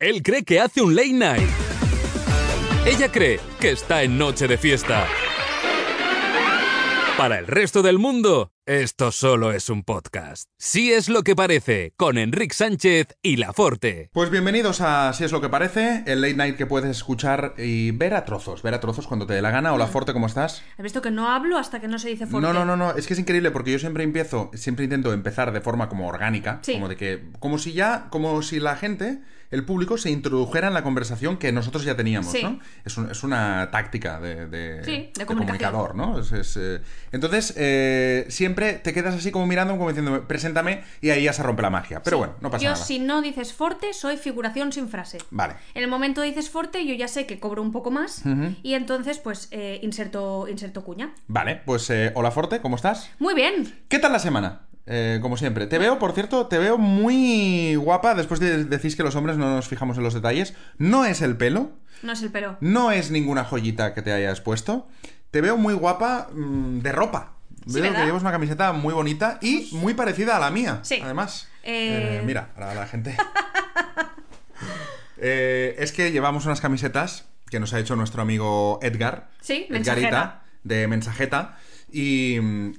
Él cree que hace un late night. Ella cree que está en noche de fiesta. Para el resto del mundo, esto solo es un podcast. Sí es lo que parece, con Enrique Sánchez y La Forte. Pues bienvenidos a Si es lo que parece, el late night que puedes escuchar y ver a trozos, ver a trozos cuando te dé la gana. Hola Forte, ¿cómo estás? ¿Has visto que no hablo hasta que no se dice Mm. forte? No, no, no, no, es que es increíble porque yo siempre empiezo, siempre intento empezar de forma como orgánica, Sí. como de que como si ya, como si la gente, el público se introdujera en la conversación que nosotros ya teníamos, Sí. ¿no? Es, un- es una táctica de, de- Sí, de comunicación. comunicador, ¿no? Es- es, eh, Entonces, eh, siempre te quedas así como mirando, como diciendo, preséntame y ahí ya se rompe la magia. Pero bueno, no pasa yo nada. si no dices forte, soy figuración sin frase. Vale. En el momento dices forte, yo ya sé que cobro un poco más y entonces pues eh, inserto, inserto cuña. Vale, pues eh, hola Forte, ¿cómo estás? Muy bien. ¿Qué tal la semana? Eh, como siempre, te veo, por cierto, te veo muy guapa. Después de, decís que los hombres no nos fijamos en los detalles. No es el pelo, No es el pero. no es ninguna joyita que te hayas puesto. Te veo muy guapa mm, de ropa. Sí, veo que ¿verdad? llevas una camiseta muy bonita y muy parecida a la mía. Sí. Además, Eh, Eh, mira, para la gente. Eh, es que llevamos unas camisetas que nos ha hecho nuestro amigo Edgar. Sí, Edgarita, mensajera. de mensajeta. Y,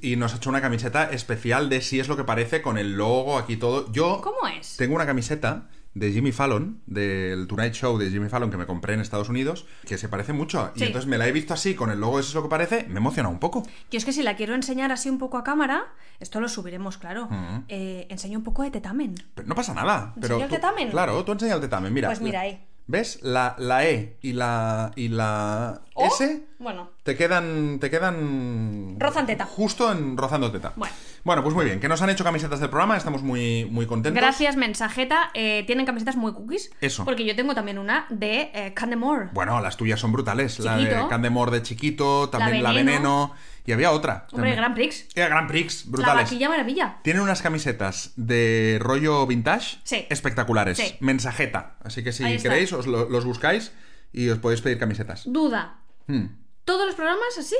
y nos ha hecho una camiseta especial de si es lo que parece, con el logo aquí todo. Yo ¿Cómo es? tengo una camiseta de Jimmy Fallon, del Tonight Show de Jimmy Fallon que me compré en Estados Unidos, que se parece mucho. Y Sí. entonces me la he visto así, con el logo de si es lo que parece, me emociona un poco. Yo es que si la quiero enseñar así un poco a cámara, esto lo subiremos, claro. eh, enseño un poco de tetamen. Pero no pasa nada. Pero Enseña el tú- tetamen. Claro, tú enseña el tetamen, mira. Pues mira ahí. ¿Ves? La, la E y la, y la ¿O? S Bueno. te quedan. Te quedan. Rozan teta. Justo en rozando teta. Bueno. Bueno, pues muy bien, que nos han hecho camisetas del programa, estamos muy, muy contentos. Gracias, mensajeta. Eh, Tienen camisetas muy cookies. Eso. Porque yo tengo también una de eh, Candemore. Bueno, las tuyas son brutales. La de Chiquito. Candemor de chiquito, también la Veneno. Veneno. Y había otra. también. Hombre, Grand Prix. Eh, Grand Prix, La brutales. vaquilla maravilla. Tienen unas camisetas de rollo vintage Sí. espectaculares. Sí. Mensajeta. Así que si Ahí está. queréis, os lo- los buscáis y os podéis pedir camisetas. Duda. Hmm. ¿Todos los programas así?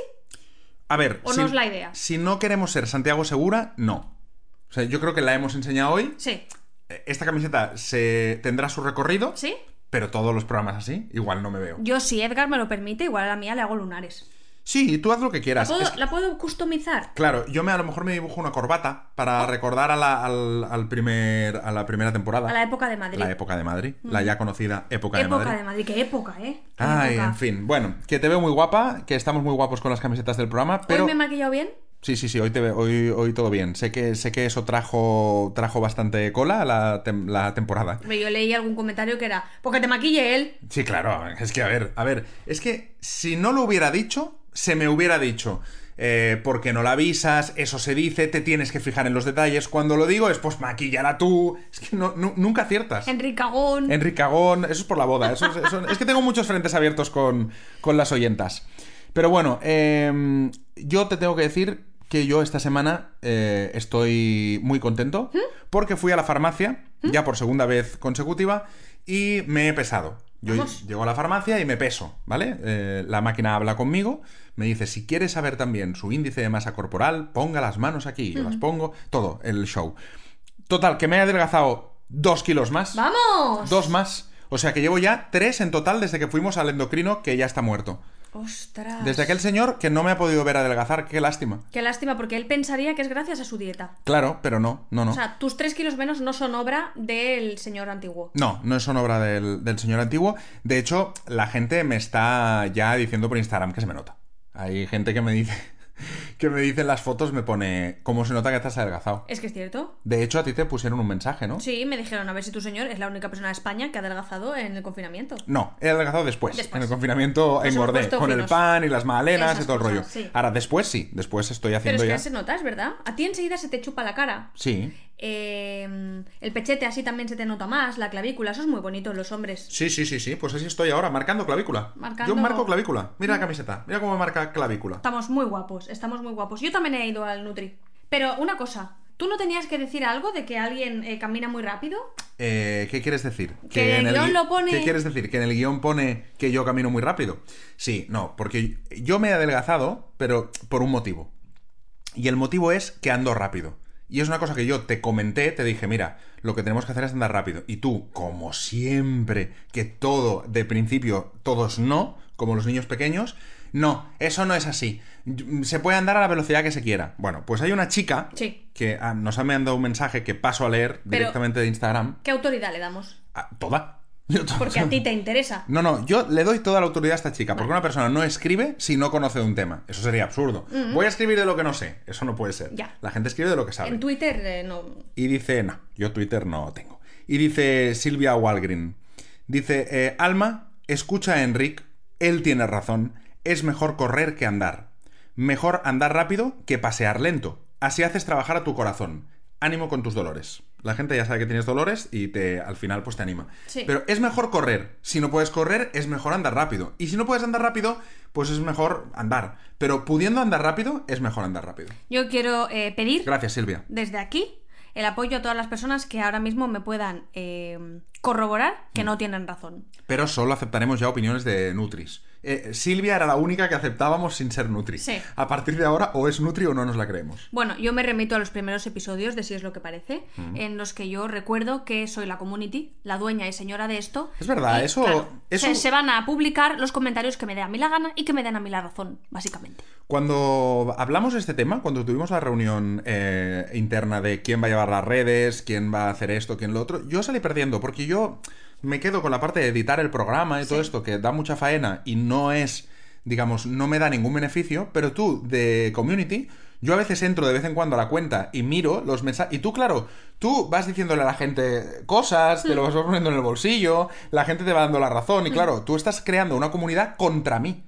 A ver. ¿O no es la idea? Si no queremos ser Santiago Segura, no. O sea, yo creo que la hemos enseñado hoy. Sí. Eh, Esta camiseta se tendrá su recorrido, ¿Sí? pero todos los programas así, igual no me veo. Yo, si Edgar me lo permite, igual a la mía le hago lunares. Sí, tú haz lo que quieras. ¿Puedo- Es que- ¿La puedo customizar? Claro, yo me, a lo mejor me dibujo una corbata para recordar a la, al, al primer, a la primera temporada. A la época de Madrid. La época de Madrid. La ya conocida época, época de Madrid. de Madrid. ¿Qué época, eh? ¿Qué Ay, época? en fin. Bueno, que te veo muy guapa, que estamos muy guapos con las camisetas del programa, pero... ¿Hoy me he maquillado bien? Sí, sí, sí, hoy, te ve- hoy, hoy todo bien. Sé que, sé que eso trajo, trajo bastante cola a la, tem- la temporada. Hombre, Yo leí algún comentario que era, porque te maquille él. Sí, claro, es que a ver, a ver, es que si no lo hubiera dicho, se me hubiera dicho. eh, porque no la avisas, eso se dice, te tienes que fijar en los detalles. Cuando lo digo es, pues maquillara tú. Es que no, nu- nunca aciertas. Enrique Cagón. Enricagón, eso es por la boda. eso es, eso- es que tengo muchos frentes abiertos con, con las oyentas. Pero bueno, eh, yo te tengo que decir que yo esta semana eh, estoy muy contento ¿Mm? porque fui a la farmacia, ya por segunda vez consecutiva, y me he pesado. Yo Vamos. llego a la farmacia y me peso, ¿vale? Eh, la máquina habla conmigo, me dice, si quieres saber también su índice de masa corporal, ponga las manos aquí, yo las pongo, todo, el show. Total, que me he adelgazado dos kilos más. ¡Vamos! Dos más. O sea que llevo ya tres en total desde que fuimos al endocrino que ya está muerto. ¡Ostras! Desde aquel señor que no me ha podido ver adelgazar, qué lástima. Qué lástima, porque él pensaría que es gracias a su dieta. Claro, pero no, no, no. O sea, tus tres kilos menos no son obra del señor antiguo. No, no es son obra del, del señor antiguo. De hecho, la gente me está ya diciendo por Instagram que se me nota. Hay gente que me dice que me dice en las fotos, me pone cómo se nota que estás adelgazado. ¿Es que es cierto? De hecho, a ti te pusieron un mensaje, ¿no? Sí, me dijeron, a ver si tu señor es la única persona de España que ha adelgazado en el confinamiento. No, he adelgazado después. Después. En el confinamiento hemos engordé puesto con el finos. pan y las magdalenas Esas y todo el rollo. cosas, sí. Ahora, después sí, después estoy Pero haciendo es que ya. se nota, es verdad. A ti enseguida se te chupa la cara. Sí. Eh, el pechete así también se te nota más, la clavícula, eso es muy bonito en los hombres. Sí, sí, sí, sí. Pues así estoy ahora, marcando clavícula. Marcando- Yo marco clavícula. Mira la camiseta. Mira cómo marca clavícula. Estamos muy guapos, estamos muy guapos. Yo también he ido al Nutri. Pero una cosa, ¿tú no tenías que decir algo de que alguien eh, camina muy rápido? Eh, ¿Qué quieres decir? Que el guión gui- lo pone- ¿Qué quieres decir? Que en el guión pone que yo camino muy rápido. Sí, no, porque yo me he adelgazado, pero por un motivo. Y el motivo es que ando rápido. Y es una cosa que yo te comenté, te dije, mira, lo que tenemos que hacer es andar rápido. Y tú, como siempre, que todo de principio, todos no, como los niños pequeños, no, eso no es así. Y- Se puede andar a la velocidad que se quiera. Bueno, pues hay una chica Sí. que ah, nos ha mandado un mensaje que paso a leer Pero- directamente de Instagram. ¿Qué autoridad le damos? Ah, toda. Yo to- Porque a ti te interesa. No, no, yo le doy toda la autoridad a esta chica, porque una persona no escribe si no conoce de un tema. Eso sería absurdo. Voy a escribir de lo que no sé. Eso no puede ser. Ya. La gente escribe de lo que sabe. En Twitter eh, no. Y dice, no, yo Twitter no tengo. Y dice Silvia Walgreen. Dice, eh, Alma, escucha a Enric, él tiene razón, es mejor correr que andar. Mejor andar rápido que pasear lento. Así haces trabajar a tu corazón. Ánimo con tus dolores. La gente ya sabe que tienes dolores y te, al final pues te anima. Sí. Pero es mejor correr. Si no puedes correr, es mejor andar rápido. Y si no puedes andar rápido, pues es mejor andar. Pero pudiendo andar rápido, es mejor andar rápido. Yo quiero eh, pedir Gracias, Silvia. desde aquí el apoyo a todas las personas que ahora mismo me puedan eh, corroborar que no tienen razón. Pero solo aceptaremos ya opiniones de Nutris. Eh, Silvia era la única que aceptábamos sin ser Nutri. Sí. A partir de ahora, o es Nutri o no nos la creemos. Bueno, yo me remito a los primeros episodios de Si es lo que parece, en los que yo recuerdo que soy la community, la dueña y señora de esto. Es verdad, Y, eso- eso- Se, se van a publicar los comentarios que me dé a mí la gana y que me den a mí la razón, básicamente. Cuando hablamos de este tema, cuando tuvimos la reunión eh, interna de quién va a llevar las redes, quién va a hacer esto, quién lo otro, yo salí perdiendo, porque yo me quedo con la parte de editar el programa y todo esto, que da mucha faena y no es, digamos, no me da ningún beneficio, pero tú, de community, Yo a veces entro de vez en cuando a la cuenta y miro los mensajes. Y tú, claro, tú vas diciéndole a la gente cosas, te lo vas poniendo en el bolsillo, la gente te va dando la razón. Y claro, tú estás creando una comunidad contra mí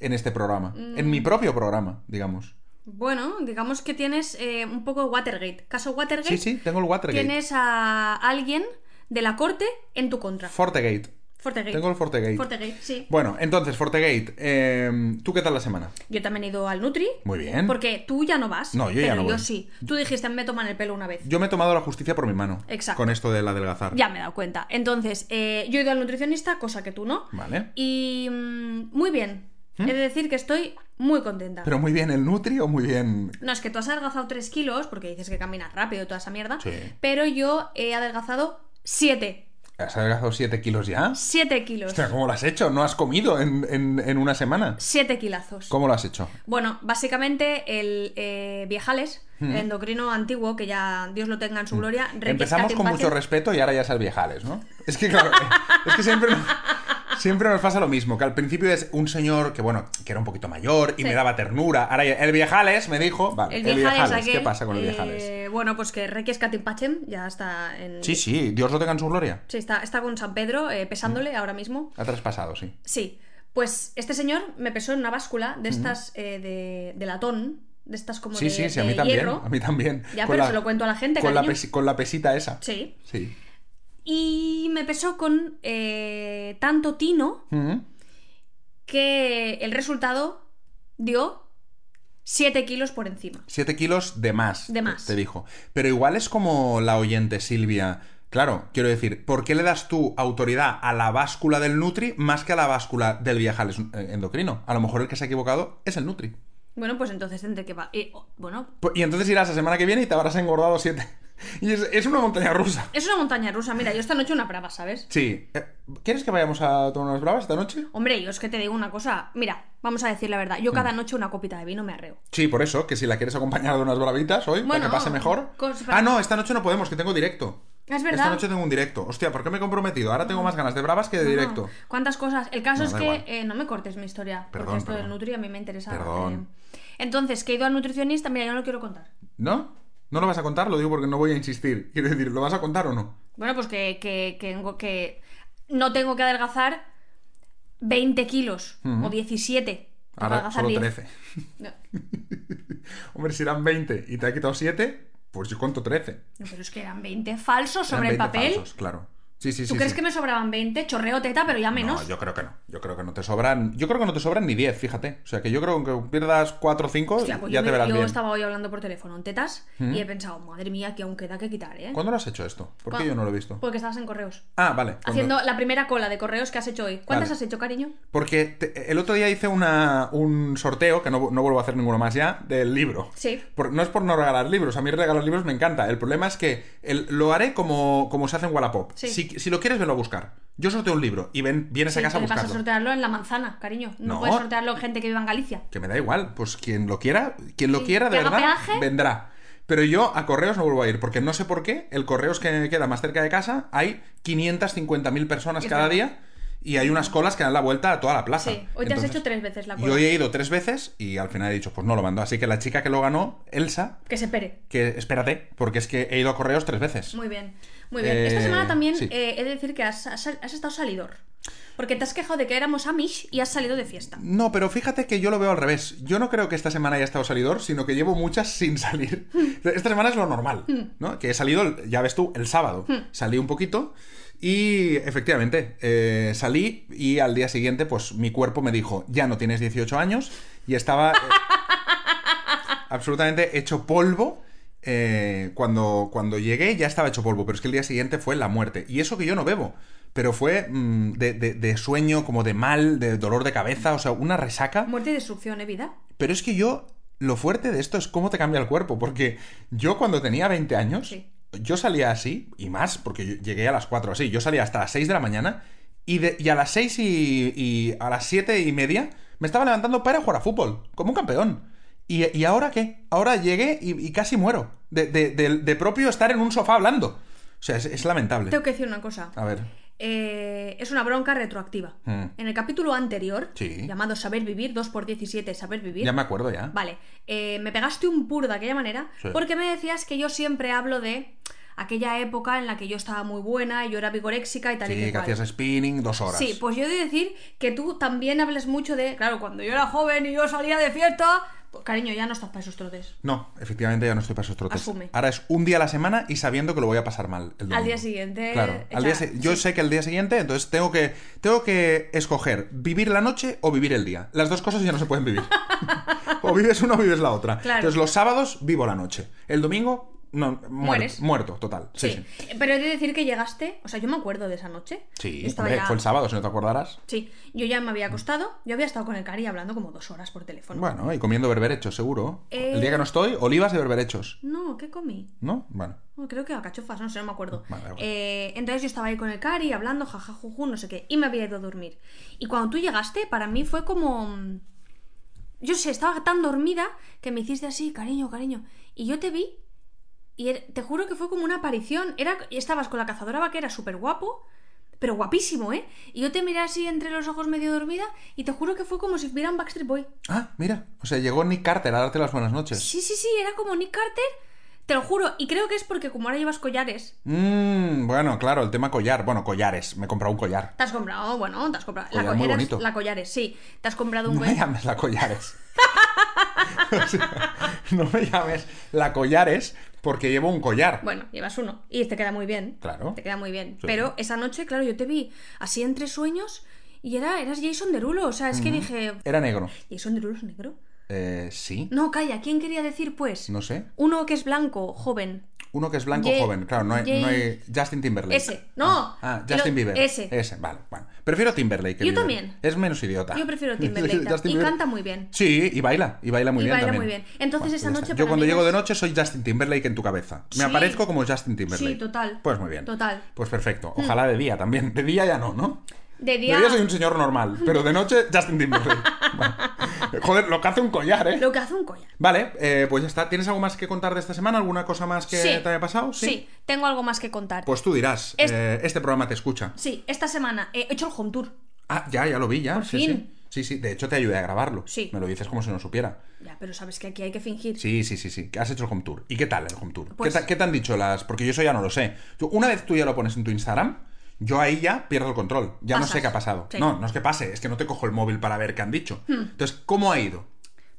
en este programa. En Mm. mi propio programa, digamos. Bueno, digamos que tienes eh, un poco Watergate. Caso Watergate, Sí, sí, tengo el Watergate. tienes a alguien de la corte en tu contra. Fortegate. Fortegate. Tengo el Fortegate. Fortegate, sí. Bueno, entonces, Fortegate, eh, ¿tú qué tal la semana? Yo también he ido al Nutri. Muy bien. Porque tú ya no vas. No, yo ya pero no voy. Yo sí. Tú dijiste, me toman el pelo una vez. Yo me he tomado la justicia por mi mano. Exacto. Con esto del adelgazar. Ya me he dado cuenta. Entonces, eh, yo he ido al nutricionista, cosa que tú no. Vale. Y mm, muy bien. He de decir que estoy muy contenta. Pero muy bien el Nutri o muy bien. No, es que tú has adelgazado 3 kilos, porque dices que caminas rápido y toda esa mierda. Sí. Pero yo he adelgazado 7. ¿Has adelgazado 7 kilos ya? 7 kilos. Hostia, ¿cómo lo has hecho? ¿No has comido en, en- en una semana? 7 kilazos. ¿Cómo lo has hecho? Bueno, básicamente el eh, Viejales, el endocrino antiguo, que ya Dios lo tenga en su gloria, Requescat ¿Mm? Empezamos con Impacient- mucho respeto y ahora ya es viejales, ¿no? Es que claro, es que siempre nos, siempre nos pasa lo mismo, que al principio es un señor que, bueno, que era un poquito mayor y Sí. me daba ternura. Ahora ya- el viejales me dijo, vale, El el Viejales, viejales, aquel, ¿qué pasa con el eh, viejales? bueno, pues que Requescat Impacient ya está en... Sí, sí, Dios lo tenga en su gloria. Sí, está, está con San Pedro eh, pesándole ahora mismo. Ha traspasado, sí. Sí, pues este señor me pesó en una báscula de estas eh, de, de latón, de estas como Sí, de, sí, sí, a de mí también, hierro. a mí también. Ya, Con pero la- se lo cuento a la gente, Con la, cariño. pesi- con la pesita esa. Sí. Sí. Y me pesó con eh, tanto tino Mm. que el resultado dio 7 kilos por encima. 7 kilos de más. De te- más. Te dijo. Pero igual es como la oyente Silvia. Claro, quiero decir, ¿por qué le das tú autoridad a la báscula del Nutri más que a la báscula del viajal es- eh, endocrino? A lo mejor el que se ha equivocado es el Nutri. Bueno, pues entonces tendré que... va- eh, oh, bueno, P- Y entonces irás la semana que viene y te habrás engordado 7. Y es, es una montaña rusa. es una montaña rusa. Mira, yo esta noche una brava, ¿sabes? Sí. Eh, ¿Quieres que vayamos a tomar unas bravas esta noche? Hombre, yo es que te digo una cosa. Mira, vamos a decir la verdad. Mm. Yo cada noche una copita de vino me arreo. Sí, por eso, que si la quieres acompañar de unas bravitas hoy, Bueno, para que pase mejor. cos- Ah, no, esta noche no podemos, que tengo directo. Ah, Es verdad. Ah. Esta noche tengo un directo. Hostia, ¿por qué me he comprometido? Ahora tengo más ganas de bravas que de No, directo. no. ¿Cuántas cosas? El caso No, es da que igual. eh, no me cortes mi historia. porque Perdón, esto del perdón. Nutri a mí me interesa. Perdón. eh. Entonces, que he ido al nutricionista, mira, yo no lo quiero contar. ¿No? ¿No lo vas a contar? Lo digo porque no voy a insistir. Quiero decir, ¿lo vas a contar o no? Bueno, pues que, que, que- que no tengo que adelgazar 20 kilos Ujú. o 17. Tengo que Ahora adelgazar solo 10. 13. No, Hombre, si eran 20 y te ha quitado 7, pues yo cuento 13. no, pero es que eran 20 falsos sobre Eran el 20 papel. falsos, claro. Sí, sí, sí. ¿Tú crees sí. que me sobraban 20? Chorreo teta, pero ya menos. No, yo creo que no. Yo creo que no te sobran. Yo creo que no te sobran ni 10, fíjate. O sea que yo creo que aunque pierdas 4 o 5, Hostia, pues ya yo, te me- verás yo bien. estaba hoy hablando por teléfono en tetas y he pensado, madre mía, que aún queda que quitar, ¿eh? ¿Cuándo lo has hecho esto? ¿Por qué Cuando- yo no lo he visto? Porque estabas en correos. Ah, vale. cuando- pues, Haciendo la primera cola de correos que has hecho hoy. ¿Cuántas Vale. has hecho, cariño? Porque te- el otro día hice una, un sorteo, que no, no vuelvo a hacer ninguno más ya, del libro. Sí. Por- no es por no regalar libros, a mí regalar libros me encanta. El problema es que el- lo haré como, como se hace en Wallapop. Si, Sí. si lo quieres, venlo a buscar. Yo sorteo un libro y ven, vienes a Sí, casa a pero vas a buscarlo. sortearlo en la manzana, cariño. No, No. puedes sortearlo en gente que viva en Galicia. Que me da igual, pues quien lo quiera, quien lo Sí, quiera, de que haga verdad, peaje. vendrá. Pero yo a correos no vuelvo a ir, porque no sé por qué, el correos que me queda más cerca de casa, hay 550.000 personas Es cada verdad. día y hay unas colas que dan la vuelta a toda la plaza. Sí, hoy te has Entonces, hecho tres veces la cola. Yo he ido tres veces y al final he dicho, pues no lo mando. Así que la chica que lo ganó, Elsa, Que se espere. que espérate, porque es que he ido a correos tres veces. Muy bien, muy bien. Eh, Esta semana también sí. eh, he de decir que has, has- has estado salidor. Porque te has quejado de que éramos Amish y has salido de fiesta. No, pero fíjate que yo lo veo al revés. Yo no creo que esta semana haya estado salidor, sino que llevo muchas sin salir. esta semana es lo normal, ¿no? Que he salido, el- ya ves tú, el sábado. Salí un poquito y efectivamente eh, salí y al día siguiente pues mi cuerpo me dijo, ya no tienes 18 años y estaba eh, absolutamente hecho polvo. eh, cuando, cuando llegué ya estaba hecho polvo, pero es que el día siguiente fue la muerte. Y eso que yo no bebo, pero fue mm, de, de- de sueño, como de mal, de dolor de cabeza, o sea, una resaca. Muerte y destrucción, ¿eh, vida? Pero es que yo, lo fuerte de esto es cómo te cambia el cuerpo, porque yo cuando tenía 20 años, Sí. yo salía así, y más, porque yo llegué a las 4 así, yo salía hasta las 6 de la mañana, y, de- y a las 6 y, y a las 7 y media me estaba levantando para jugar a fútbol, como un campeón. ¿Y, y ahora qué? Ahora llegué y, y casi muero, de, de- de- de propio estar en un sofá hablando. O sea, es, es lamentable. Tengo que decir una cosa. A ver. Eh, es una bronca retroactiva. Ah. Mm. En el capítulo anterior, Sí. llamado Saber Vivir, 2x17, Saber Vivir. Ya me acuerdo ya. Vale, eh, me pegaste un pur de aquella manera Sí. porque me decías que yo siempre hablo de aquella época en la que yo estaba muy buena y yo era vigoréxica y tal y Sí, que que cual. hacías spinning dos horas. Sí, pues yo he de decir que tú también hables mucho de. Claro, cuando yo era joven y yo salía de fiesta. Pues cariño, ya no estás para esos trotes. No, efectivamente ya no estoy para esos trotes. Asume. Ahora es un día a la semana y sabiendo que lo voy a pasar mal. el domingo. día siguiente, Claro. al o día sea, si- yo sé que el día siguiente, entonces tengo que, tengo que escoger vivir la noche o vivir el día. Las dos cosas ya no se pueden vivir. o vives una o vives la otra. Claro. Entonces los sábados vivo la noche. El domingo, no, muer- Mueres. muerto, total. Sí, sí. Sí, Pero he de decir que llegaste. O sea, yo me acuerdo de esa noche. Sí, Yo estaba hombre, ya- fue el sábado, si no te acordarás. Sí, yo ya me había acostado. Yo había estado con el cari hablando como dos horas por teléfono. Bueno, y comiendo berberechos, seguro. Eh. El día que no estoy, olivas de berberechos. No, ¿qué comí? ¿No? Bueno. No, Creo que alcachofas, no sé, no me acuerdo. Vale, da igual. Eh, entonces yo estaba ahí con el Cari hablando, jaja, juju, no sé qué, y me había ido a dormir. Y cuando tú llegaste, para mí fue como. mm, Yo sé, estaba tan dormida que me hiciste así, cariño, cariño. Y yo te vi, y er- te juro que fue como una aparición. Era, estabas con la cazadora vaquera súper guapo, pero guapísimo, ¿eh? Y yo te miré así entre los ojos medio dormida, y te juro que fue como si viera un Backstreet Boy. Ah, mira. O sea, llegó Nick Carter a darte las buenas noches. Sí, sí, sí, era como Nick Carter, te lo juro. Y creo que es porque como ahora llevas collares, Mmm, bueno, claro, el tema collar. Bueno, collares. Me he comprado un collar. Te has comprado, bueno, te has comprado. Collar muy collares, bonito. la collares, sí. Te has comprado un No me buen- llames la collares. O sea, no me llames la collares porque llevo un collar. Bueno, llevas uno. Y te queda muy bien. Claro. Te queda muy bien. Sí. Pero esa noche, claro, yo te vi así entre sueños y era, eras Jason Derulo. O sea, es que dije. Era negro. ¿Jason Derulo es negro? Eh, sí. No, calla, ¿quién quería decir pues? No sé. Uno que es blanco, joven. Uno que es blanco Ye- joven. Claro, no hay, Ye- no hay- Justin Timberlake. Ese. No. Ah, El Justin o- Bieber. ese. Ese, vale. bueno. Prefiero Timberlake. que Yo Bieber. también. Es menos idiota. Yo prefiero Timberlake. Justin y Bieber- canta muy bien. Sí, y baila, y baila muy Y bien. baila también. muy bien. Entonces, pues esa ya noche está. para Yo cuando mí llego de es- noche soy Justin Timberlake en tu cabeza. Me Sí. aparezco como Justin Timberlake. Sí, total. Pues muy bien. Total. Pues perfecto. Ojalá de día también. De día ya no, ¿no? De De día. día soy un señor normal, pero de noche Justin Timberlake. Bueno. Joder, lo que hace un collar, ¿eh? Lo que hace un collar. Vale, eh, pues ya está. ¿Tienes algo más que contar de esta semana? ¿Alguna cosa más que Sí. te haya pasado? Sí. tengo algo más que contar. Pues tú dirás, Es- eh, este programa te escucha. Sí, esta semana eh, he hecho el home tour. Ah, ya, ya lo vi, ya. Por sí, fin. sí. Sí, sí. De hecho, te ayudé a grabarlo. Sí. Me lo dices como si no supiera. Ya, pero sabes que aquí hay que fingir. Sí, sí, sí, sí. Has hecho el home tour. ¿Y qué tal el home tour? Pues- ¿Qué, ta- qué te han dicho las...? Porque yo eso ya no lo sé. Yo- una vez tú ya lo pones en tu Instagram, yo ahí ya pierdo el control. Ya no Pasas. sé qué ha pasado. Sí. Hmm. No, no es que pase, es que no te cojo el móvil para ver qué han dicho. Entonces, ¿cómo ha ido?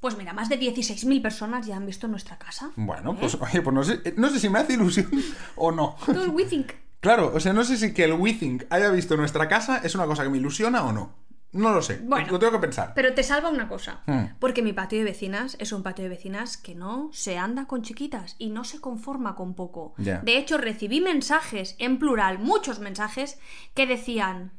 Pues mira, más de 16.000 personas ya han visto nuestra casa. eh, Bueno, pues oye, pues no sé, no sé si me hace ilusión o no. Todo el WeThink. Claro, o sea, no sé si que el Withink haya visto nuestra casa es una cosa que me ilusiona o no. No lo sé. Bueno. lo tengo que pensar. Pero te salva una cosa, Hmm. porque mi patio de vecinas es un patio de vecinas que no se anda con chiquitas y no se conforma con poco. Ya. De hecho, recibí mensajes, en plural, muchos mensajes, que decían,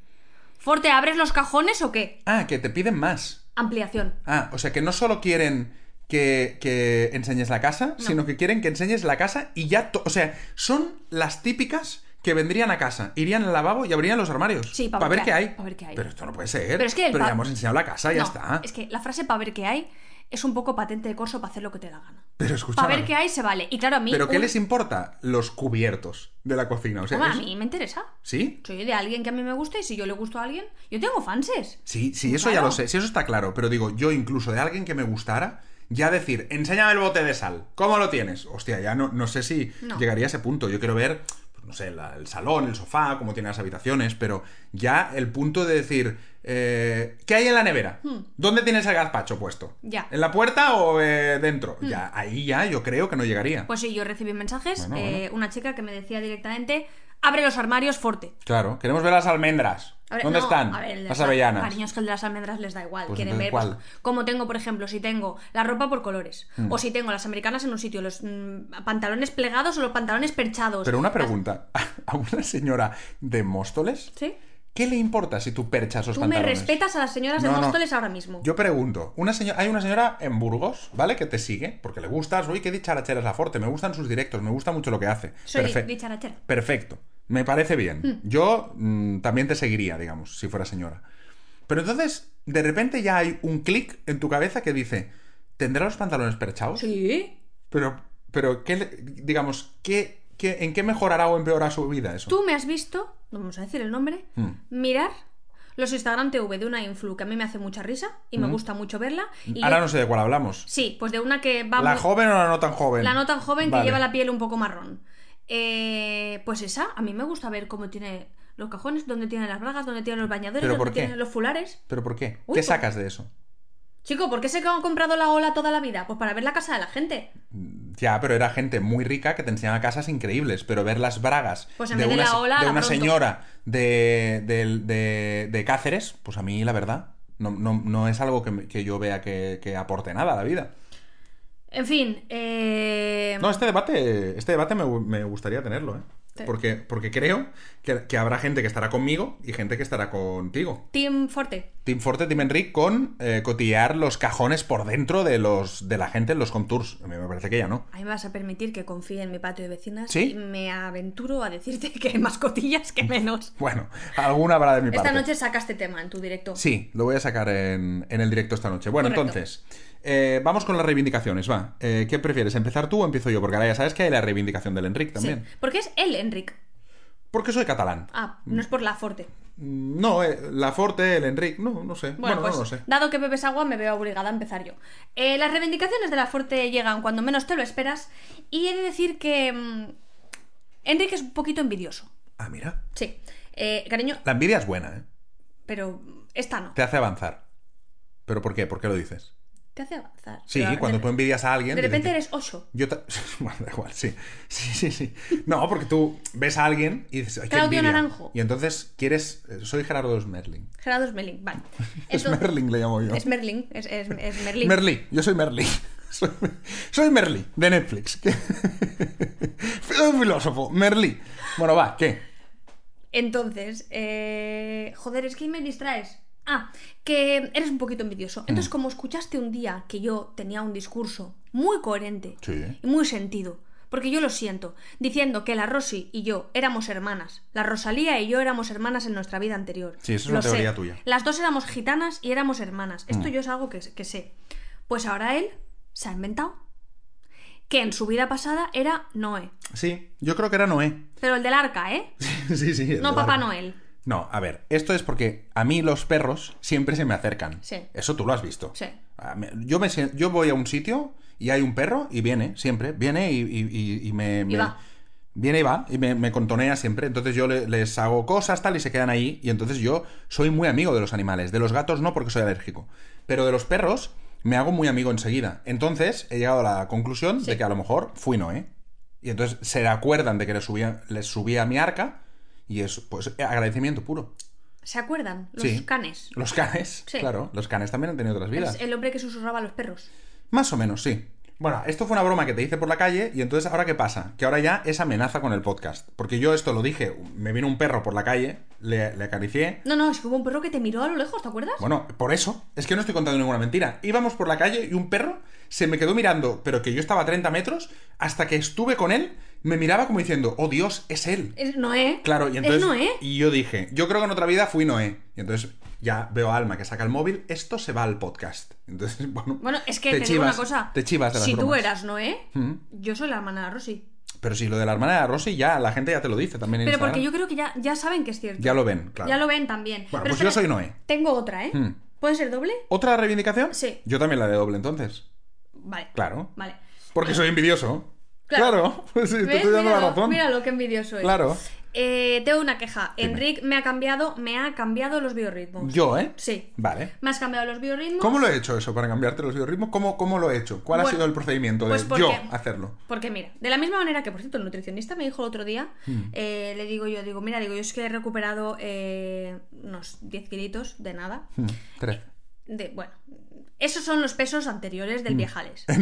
Forte, ¿abres los cajones o qué? Ah, que te piden más. Ampliación. Ah, o sea, que no solo quieren que, que enseñes la casa, sino que quieren que enseñes la casa y ya... to- O sea, son las típicas que vendrían a casa, irían al lavabo y abrirían los armarios. Sí, pa' para ver ver qué qué hay, hay. pa' ver qué hay. Pero esto no puede ser. Pero es que el ya pa- hemos enseñado la casa, Ah, ya No, está. Es que la frase para ver qué hay es un poco patente de corso para hacer lo que te da la gana. Pero Para escúchame. ver qué hay se vale. Y claro, a mí... Pues ¿Pero qué un- les importa? Los cubiertos de la cocina. O sea, Hombre, a es- mí me interesa. ¿Sí? Soy de alguien que a mí me gusta y si yo le gusto a alguien, yo tengo fanses. Sí, sí, eso ya Claro. lo sé, sí, eso está claro, pero digo, yo incluso de alguien que me gustara, ya decir, enséñame el bote de sal, ¿cómo lo tienes? Hostia, ya no, no sé si No. llegaría a ese punto, yo quiero ver, pues, no sé, la- el salón, el sofá, cómo tiene las habitaciones, pero ya el punto de decir, eh, ¿qué hay en la nevera? ¿Dónde tienes el gazpacho puesto? Hmm. Ya. Hmm. ¿En la puerta o eh, dentro? Ya, ahí ya yo creo que no llegaría. Pues sí, yo recibí mensajes, Bueno, eh, una chica que me decía directamente, abre los armarios forte. claro, queremos ver las almendras. A ver, ¿Dónde no, están? a ver, el de las las- avellanas. Cariño, es que el de las almendras les da igual. Pues Quieren ver entonces, pues, ¿cuál? cómo tengo, por ejemplo, si tengo la ropa por colores, Mm. o si tengo las americanas en un sitio, los mm, pantalones plegados o los pantalones perchados. Pero una pregunta, a una señora de Móstoles... ¿Sí? ¿Qué le importa si tú perchas los Tú me pantalones? respetas a las señoras No, de no. Móstoles ahora mismo. Yo pregunto, una seño- hay una señora en Burgos, ¿vale? Que te sigue, porque le gustas, uy, qué dicharachera es la Forte, me gustan sus directos, me gusta mucho lo que hace. Soy Perfe- dicharachera. Perfecto, me parece bien. Yo mm, también te seguiría, digamos, si fuera señora. Pero entonces, de repente ya hay un clic en tu cabeza que dice, ¿tendrá los pantalones perchados? Sí. Pero, pero ¿qué le- digamos, ¿qué, qué, en qué mejorará o empeorará su vida eso? Tú me has visto, no vamos a decir el nombre, Mm. mirar los Instagram TV de una influ que a mí me hace mucha risa y me gusta mucho verla. Y Mm. Ahora yo- no sé de cuál hablamos. Sí, pues de una que va ¿La muy- joven o la no tan joven? la no tan joven Vale. que lleva la piel un poco marrón. Eh, pues esa, a mí me gusta ver cómo tiene los cajones, dónde tiene las bragas, dónde tiene los bañadores, ¿Pero por dónde qué? tiene los fulares. ¿Pero por qué? Uy, pues ¿Qué por- sacas de eso? Chico, ¿por qué se han comprado la ola toda la vida? Pues para ver la casa de la gente. Ya, pero era gente muy rica que te enseñaba casas increíbles, pero ver las bragas Pues en de vez de una, la se- ola, de la una pronto. señora de, del- de- de Cáceres, pues a mí la verdad no, no- no es algo que, me- que yo vea que, que aporte nada a la vida. En fin, eh, No, este debate, este debate me, gu- me gustaría tenerlo, ¿eh? Te- Porque, porque creo que, que habrá gente que estará conmigo y gente que estará contigo. Team Forte. Team Forte, Team Enric con eh, cotillar los cajones por dentro de los de la gente en los contours. A mí me parece que ya no. A mí me vas a permitir que confíe en mi patio de vecinas ¿Sí? y me aventuro a decirte que hay más cotillas que menos. Bueno, alguna habrá de mi parte. Esta noche sacaste tema en tu directo. Sí, lo voy a sacar en, en el directo esta noche. Bueno, Correcto. entonces, eh, vamos con las reivindicaciones, va. Eh, ¿Qué prefieres, empezar tú o empiezo yo? Porque ahora ya sabes que hay la reivindicación del Enric Sí, también. Porque es él, Enric. Porque soy catalán. Ah, no es por la Forte. Mm, No, eh, la Forte, el Enric, no, no sé. Bueno, Bueno, pues no lo sé. dado que bebes agua, me veo obligada a empezar yo. Eh, las reivindicaciones de la Forte llegan cuando menos te lo esperas y he de decir que mm, Enrique es un poquito envidioso. Ah, mira. Sí, Eh, cariño, La envidia es buena, ¿eh? pero esta no. Te hace avanzar. ¿Pero por qué? ¿Por qué lo dices? Te hace avanzar. Sí, Pero, cuando de, tú envidias a alguien... de dices, repente eres 8. Yo ta- Bueno, da igual, sí. Sí, sí, sí. No, porque tú ves a alguien y dices... "Ay, qué Claudio envidia". Naranjo. Y entonces quieres... eh, Soy Gerardo Smerling. Gerardo Smerling, vale. Entonces- Smerling le llamo yo. Smerling, es, es, es Merlin. Merlí, yo soy Merlí. Soy, soy Merlí, de Netflix. Que- Soy un filósofo, Merlí. Bueno, va, ¿qué? Entonces, eh, joder, es que me distraes. Ah, que eres un poquito Mm. envidioso. Entonces, como escuchaste un día que yo tenía un discurso muy coherente Sí. y muy sentido, porque yo lo siento, diciendo que la Rosy y yo éramos hermanas, la Rosalía y yo éramos hermanas en nuestra vida anterior. Sí, eso es una Lo sé. teoría tuya. Mm. Las dos éramos gitanas y éramos hermanas. Esto yo es algo que, que sé. Pues ahora él se ha inventado que en su vida pasada era Noé. Sí, yo creo que era Noé. Pero el del arca, ¿eh? Sí, sí. el No del Papá árbol. Noel. No, a ver, esto es porque a mí los perros siempre se me acercan. Sí. Eso tú lo has visto. Sí. A mí- Yo, me, sien- yo voy a un sitio y hay un perro y viene, siempre, viene y, y- y- y me... me- va. Viene y va y me, me contonea siempre. Entonces yo le- les hago cosas tal y se quedan ahí. Y entonces yo soy muy amigo de los animales. De los gatos no porque soy alérgico. Pero de los perros me hago muy amigo enseguida. Entonces he llegado a la conclusión de que a lo mejor fui Noé. Y entonces se acuerdan de que les subía, les subí a mi arca Y es, pues, agradecimiento puro. ¿Se acuerdan? Los Sí. canes. Los canes, Sí. claro, los canes también han tenido otras vidas. Es el hombre que susurraba a los perros. Más o menos, sí. Bueno, esto fue una broma que te hice por la calle y entonces ahora qué pasa? Que ahora ya es amenaza con el podcast. Porque yo esto lo dije, me vino un perro por la calle, le, le acaricié. No, no, es que hubo un perro que te miró a lo lejos, ¿te acuerdas? Bueno, por eso, es que no estoy contando ninguna mentira. Íbamos por la calle y un perro se me quedó mirando, pero que yo estaba a 30 metros, hasta que estuve con él, me miraba como diciendo, oh Dios, es él. Es Noé. Claro, y entonces. Es Noé. Y yo dije, yo creo que en otra vida fui Noé. Y entonces ya veo a Alma que saca el móvil, esto se va al podcast. Entonces, bueno. Bueno, es que te te, digo chivas- una cosa. Te chivas de las Si tú bromas. eras Noé, Mm. yo soy la hermana de Rosy. Pero si lo de la hermana de Rosy, ya la gente ya te lo dice también en Pero Instagram. porque yo creo que ya, ya saben que es cierto. Ya lo ven, claro. Ya lo ven también. Bueno, Pero pues yo espera, soy Noé. Tengo otra, ¿eh? Hmm. ¿Puede ser doble? ¿Otra reivindicación? Sí. Yo también la de doble entonces. Vale. Claro. Vale. Porque soy envidioso. Claro. Claro. Pues sí, te ¿Ves? estoy dando la Míralo, razón. míralo, qué envidioso es. Claro. Eh, tengo una queja. Dime. Enric me ha cambiado, me ha cambiado los biorritmos. Yo, ¿eh? Sí. Vale. Me has cambiado los biorritmos. ¿Cómo lo he hecho eso para cambiarte los biorritmos? ¿Cómo, ¿Cómo lo he hecho? ¿Cuál ha Bueno, sido el procedimiento de pues porque- yo hacerlo? Porque mira, de la misma manera que, por cierto, el nutricionista me dijo el otro día, Hmm. eh, le digo yo, digo, mira, digo, yo es que he recuperado eh, unos 10 kilitos de nada. Hmm, Tres. De, bueno, esos son los pesos anteriores del viajales. Hmm.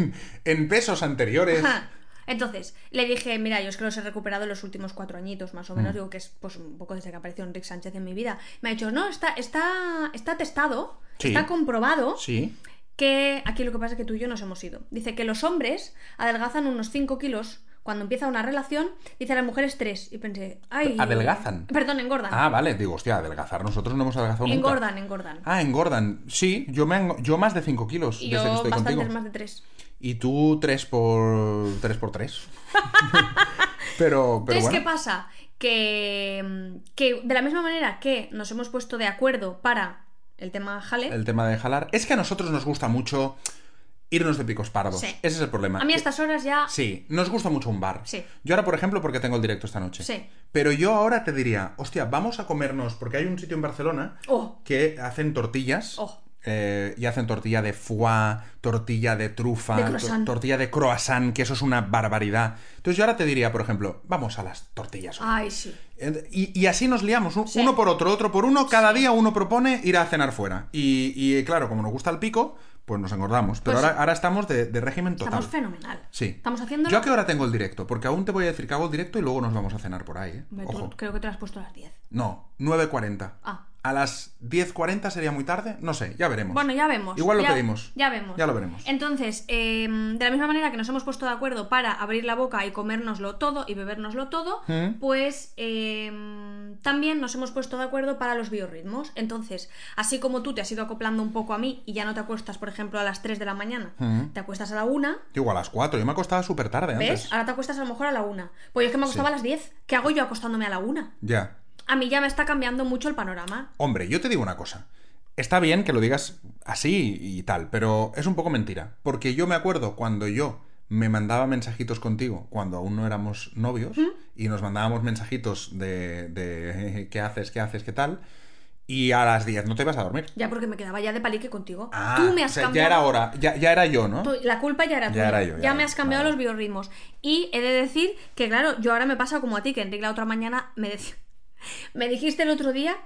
En, en pesos anteriores. Ajá. Entonces, le dije, mira, yo es que los he recuperado en los últimos cuatro añitos, más o Hmm. menos, digo que es pues un poco desde que apareció Enrique Sánchez en mi vida. Me ha dicho, no, está, está, está testado, Sí. está comprobado Sí. que aquí lo que pasa es que tú y yo nos hemos ido. Dice que los hombres adelgazan unos 5 kilos cuando empieza una relación, dice a las mujeres 3. Y pensé, ay. ¿Adelgazan? Perdón, engordan. Ah, vale. Digo, hostia, adelgazar. Nosotros no hemos adelgazado nunca. engordan, engordan. Ah, engordan. Sí, yo, me engo- yo más de 5 kilos y desde que yo estoy bastantes contigo. más de 3. Y tú 3 por 3 por 3. pero pero Entonces, bueno. ¿qué pasa? Que, mm, que de la misma manera que nos hemos puesto de acuerdo para el tema jale, el tema de jalar es que a nosotros nos gusta mucho irnos de picos pardos. Sí. Ese es el problema. a mí a Que- estas horas ya... Sí, nos gusta mucho un bar. Sí. Yo ahora, por ejemplo, porque tengo el directo esta noche. Sí. Pero yo ahora te diría, hostia, vamos a comernos, porque hay un sitio en Barcelona Oh, que hacen tortillas. Oh. eh, y hacen tortilla de foie, tortilla de trufa, De to- croissant. tortilla de croissant, que eso es una barbaridad. Entonces yo ahora te diría, por ejemplo, vamos a las tortillas. hoy. ay, sí. Ent- Y, y así nos liamos, un- Ah. Sí. uno por otro, otro por uno, cada día uno propone ir a cenar fuera. Y, y, claro, como nos gusta el pico, pues nos engordamos. Pero Pues ahora, ahora estamos de, de régimen total. Estamos fenomenal. Sí. Estamos haciendo... ¿Yo a qué hora tengo el directo? Porque aún te voy a decir que hago el directo y luego nos vamos a cenar por ahí, ¿eh? Ojo. Creo que te lo has puesto a las 10. No, 9.40. Ah. A las 10.40 sería muy tarde, no sé, ya veremos. Bueno, ya vemos. Igual lo ya- pedimos. Ya vemos. Ya lo veremos. Entonces, eh, de la misma manera que nos hemos puesto de acuerdo para abrir la boca y comérnoslo todo y bebernoslo todo, ¿Mm? pues eh, también nos hemos puesto de acuerdo para los biorritmos. Entonces, así como tú te has ido acoplando un poco a mí y ya no te acuestas, por ejemplo, a las 3 de la mañana, ¿Mm? te acuestas a la 1, Digo, a las 4, yo me acostaba súper tarde ¿ves? antes. Ahora te acuestas a lo mejor a la 1. Pues yo es que me acostaba Sí. a las 10. ¿Qué hago yo acostándome a la 1? Ya. A mí ya me está cambiando mucho el panorama. Hombre, yo te digo una cosa. Está bien que lo digas así y tal, pero es un poco mentira. Porque yo me acuerdo cuando yo me mandaba mensajitos contigo, cuando aún no éramos novios, ¿Mm? y nos mandábamos mensajitos de, de "Eh, qué haces, qué haces, qué tal, y a las 10 no te vas a dormir. Ya porque me quedaba ya de palique contigo. Ah, Tú me has o sea, ya cambiado. era hora, ya, ya era yo, ¿no? Tú- Pues La culpa ya era Ya tuya. era yo, ya ya era me yo, has cambiado vale. los biorritmos. Y he de decir que, claro, yo ahora me pasa como a ti, que Enrique la otra mañana me dec- me dijiste el otro día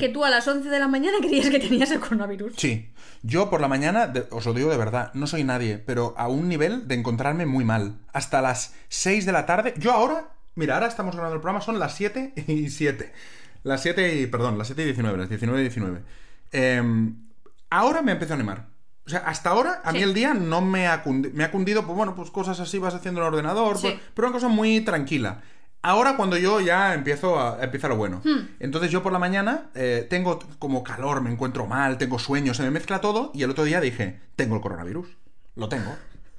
que tú a las 11 de la mañana creías que tenías el coronavirus. Hmm. Sí. Yo por la mañana, de- os lo digo de verdad, no soy nadie, pero a un nivel de encontrarme muy mal. Hasta las 6 de la tarde. Yo ahora, mira, ahora estamos grabando el programa, son las 7 y 7. Las 7 y, perdón, las 7 y 19, las 19 y 19. Em, ahora me empiezo a animar. O sea, hasta ahora a mí Sí. el día no me ha cundido. Me ha cundido, pues bueno, pues cosas así vas haciendo en el ordenador, Sí. pues- pero una cosa muy tranquila. Ahora cuando yo ya empiezo a, empieza lo bueno. Hmm. Entonces yo por la mañana eh, tengo t- como calor, me encuentro mal, tengo sueño, se me mezcla todo y el otro día dije, tengo el coronavirus. Lo tengo.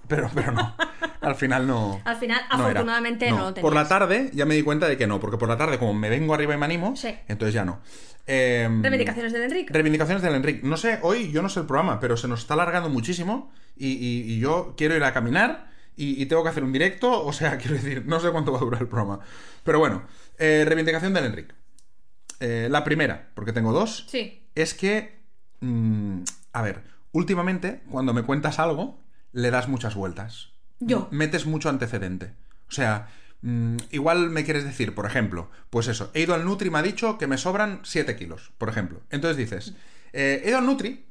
Pero, pero no. Al final no. Al final, no era. afortunadamente, no lo Por la tenías. tarde ya me di cuenta de que no, porque por la tarde como me vengo arriba y me animo, Sí. entonces ya no. Em, Reivindicaciones del Enrique. Reivindicaciones del Enric. No sé, hoy yo no sé el programa, pero se nos está alargando muchísimo y, y- y yo quiero ir a caminar y, y tengo que hacer un directo, o sea, quiero decir, no sé cuánto va a durar el programa. Pero bueno, eh, reivindicación del Enric. Eh, la primera, porque tengo dos, Sí. es que, mm, a ver, últimamente cuando me cuentas algo, le das muchas vueltas Yo. metes mucho antecedente. O sea, mm, igual me quieres decir, por ejemplo, pues eso, he ido al Nutri y me ha dicho que me sobran 7 kilos, por ejemplo. Entonces dices, eh, he ido al Nutri,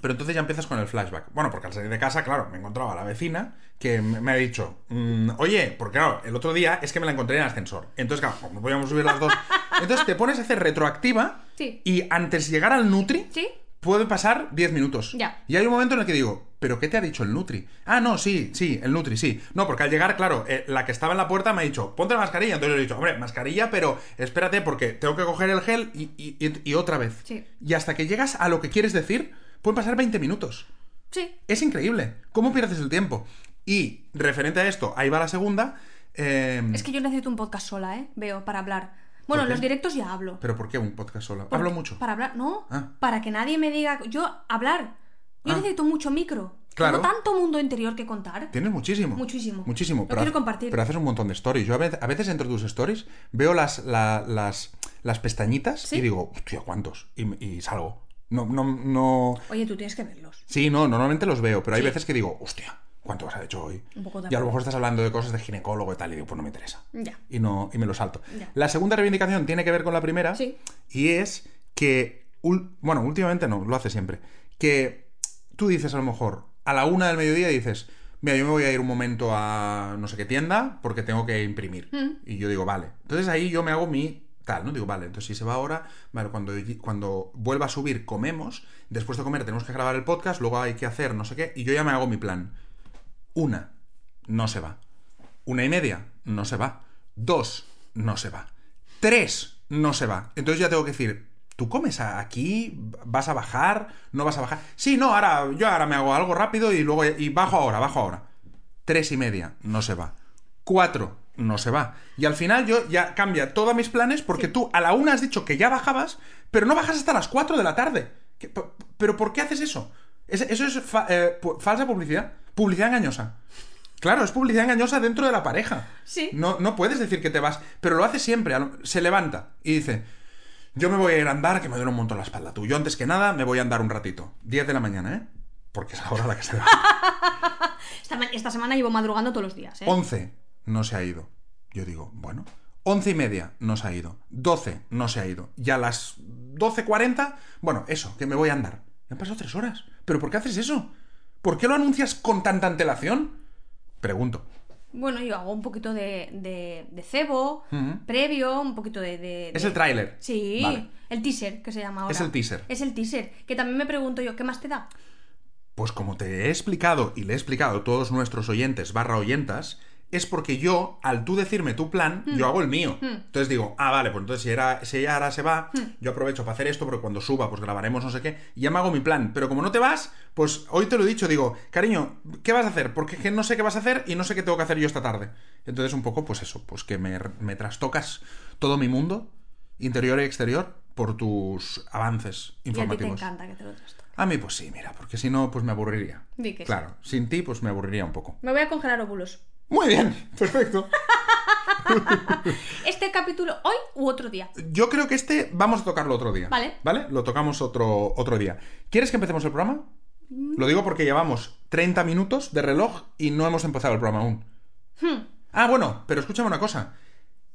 pero entonces ya empiezas con el flashback. Bueno, porque al salir de casa, claro, me encontraba a la vecina que me me ha dicho, mm, oye, porque claro, el otro día es que me la encontré en el ascensor. Entonces, claro, como podíamos subir las dos. Entonces te pones a hacer retroactiva Sí. y antes de llegar al Nutri, Sí. puede pasar 10 minutos. Ya. Y hay un momento en el que digo, ¿pero qué te ha dicho el Nutri? Ah, no, sí, sí, el Nutri, sí. No, porque al llegar, claro, eh, la que estaba en la puerta me ha dicho, ponte la mascarilla. Entonces yo le he dicho, hombre, mascarilla, pero espérate porque tengo que coger el gel y, y- y- y otra vez. Sí. Y hasta que llegas a lo que quieres decir, pueden pasar 20 minutos. Sí. Es increíble. ¿Cómo pierdes el tiempo? Y referente a esto, ahí va la segunda. eh, Es que yo necesito un podcast sola, ¿eh? Veo, para hablar. Bueno, ¿Por en qué? los directos ya hablo. ¿Pero por qué un podcast solo? Porque- Hablo mucho. Para hablar, no. Ah. Para que nadie me diga. Yo, hablar. Yo Ah. necesito mucho micro. Claro. Tengo tanto mundo interior que contar. Tienes muchísimo. Muchísimo. Muchísimo. Lo quiero ha- compartir. Pero haces un montón de stories. Yo a veces, a veces entre tus stories veo las, la- las, las pestañitas ¿Sí? y digo, hostia, ¿cuántos? Y, y salgo. No, no, no. Oye, tú tienes que verlos. Sí, no, normalmente los veo, pero hay veces que digo, hostia, ¿cuánto has hecho hoy? Un poco de y a lo mejor estás hablando de cosas de ginecólogo y tal, y digo, pues no me interesa. Ya. Y, no, y me lo salto. Ya. La segunda reivindicación tiene que ver con la primera. Sí. Y es que, ul- bueno, últimamente no, lo hace siempre. Que tú dices a lo mejor, a la una del mediodía dices, mira, yo me voy a ir un momento a no sé qué tienda porque tengo que imprimir. Mm. Y yo digo, vale. Entonces ahí yo me hago mi tal, ¿no? Digo, vale, entonces si se va ahora, vale, cuando, cuando vuelva a subir comemos, después de comer tenemos que grabar el podcast, luego hay que hacer no sé qué, y yo ya me hago mi plan. Una, no se va. Una y media, no se va. Dos, no se va. Tres, no se va. Entonces ya tengo que decir, ¿tú comes a- aquí? ¿Vas a bajar? ¿No vas a bajar? Sí, no, ahora yo ahora me hago algo rápido y luego y bajo ahora, bajo ahora. Tres y media, no se va. Cuatro, no se va. Y al final yo ya cambia todos mis planes porque tú a la una has dicho que ya bajabas, pero no bajas hasta las cuatro de la tarde. ¿Qué- p- ¿Pero por qué haces eso? Es- Eso es fa- eh, pu- falsa publicidad. Publicidad engañosa. Claro, es publicidad engañosa dentro de la pareja. Sí. No, no puedes decir que te vas, pero lo hace siempre. a lo- Se levanta y dice, yo me voy a ir a andar, que me duele un montón la espalda. Tú, yo antes que nada me voy a andar un ratito. 10 de la mañana, ¿eh? Porque es ahora la que se va. Esta, ma- esta semana llevo madrugando todos los días, ¿eh? 11 no se ha ido. Yo digo, bueno. 11 y media no se ha ido. 12 no se ha ido. Y a las 12.40, bueno, eso, que me voy a andar. Me han pasado tres horas. ¿Pero por qué haces eso? ¿Por qué lo anuncias con tanta antelación? Pregunto. Bueno, yo hago un poquito de, de, de cebo, Ujú. previo, un poquito de. de- Es de- el tráiler. Sí, Vale. el teaser que se llama ahora. Es el teaser. Es el teaser. Que también me pregunto yo, ¿qué más te da? Pues como te he explicado y le he explicado a todos nuestros oyentes barra oyentas, es porque yo, al tú decirme tu plan, Hmm. yo hago el mío. Entonces digo, ah, vale, pues entonces si, era, si ella ahora se va, Hmm. yo aprovecho para hacer esto, porque cuando suba, pues grabaremos no sé qué, y ya me hago mi plan. Pero como no te vas, pues hoy te lo he dicho, digo, cariño, ¿qué vas a hacer? Porque es que no sé qué vas a hacer y no sé qué tengo que hacer yo esta tarde. Entonces un poco, pues eso, pues que me, me trastocas todo mi mundo, interior y exterior, por tus avances Y a ti te informativos. encanta que te lo trasto. A mí pues sí, mira, porque si no, pues me aburriría. Di que sí. claro, sin ti pues me aburriría un poco. Me voy a congelar óvulos. Muy bien, perfecto. Este capítulo hoy u otro día. Yo creo que este vamos a tocarlo otro día. Vale. ¿Vale? Lo tocamos otro, otro día. ¿Quieres que empecemos el programa? Mm. Lo digo porque llevamos 30 minutos de reloj y no hemos empezado el programa aún. Hmm. Ah, bueno, pero escúchame una cosa.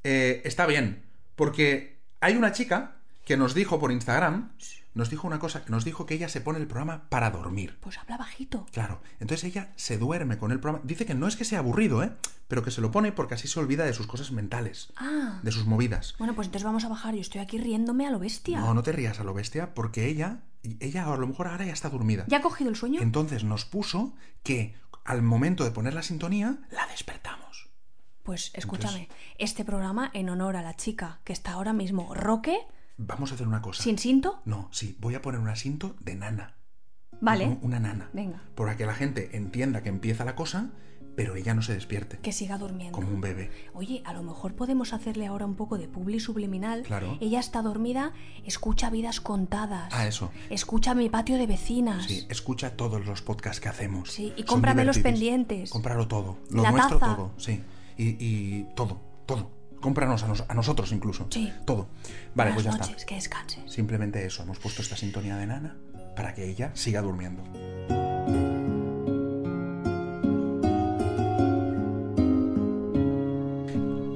Eh, está bien, porque hay una chica que nos dijo por Instagram, nos dijo una cosa, nos dijo que ella se pone el programa para dormir. Pues habla bajito. Claro, entonces ella se duerme con el programa. Dice que no es que sea aburrido, ¿eh? Pero que se lo pone porque así se olvida de sus cosas mentales, Ah. de sus movidas. Bueno, pues entonces vamos a bajar. Yo estoy aquí riéndome a lo bestia. No, no te rías a lo bestia porque ella, y ella a lo mejor ahora ya está dormida. ¿Ya ha cogido el sueño? Entonces nos puso que al momento de poner la sintonía, la despertamos. Pues escúchame, este programa en honor a la chica que está ahora mismo Roque, Vamos a hacer una cosa. sin cinto. No, sí, voy a poner un asiento de nana. Vale, Un- Una nana. venga, Para que la gente entienda que empieza la cosa, pero ella no se despierte. que siga durmiendo. Como un bebé. Oye, a lo mejor podemos hacerle ahora un poco de publi subliminal. Claro. Ella está dormida, escucha vidas contadas. Ah, eso. Escucha mi patio de vecinas. Sí, escucha todos los podcasts que hacemos. Sí, y Son cómprame los divertidos. pendientes. Cómpralo todo. Lo La nuestro taza. todo, sí. Y, y todo, todo. Cómpranos a, nos- a nosotros incluso. Sí. Todo. Vale, Buenas pues ya noches, está. que descanses. Simplemente eso, hemos puesto esta sintonía de nana para que ella siga durmiendo.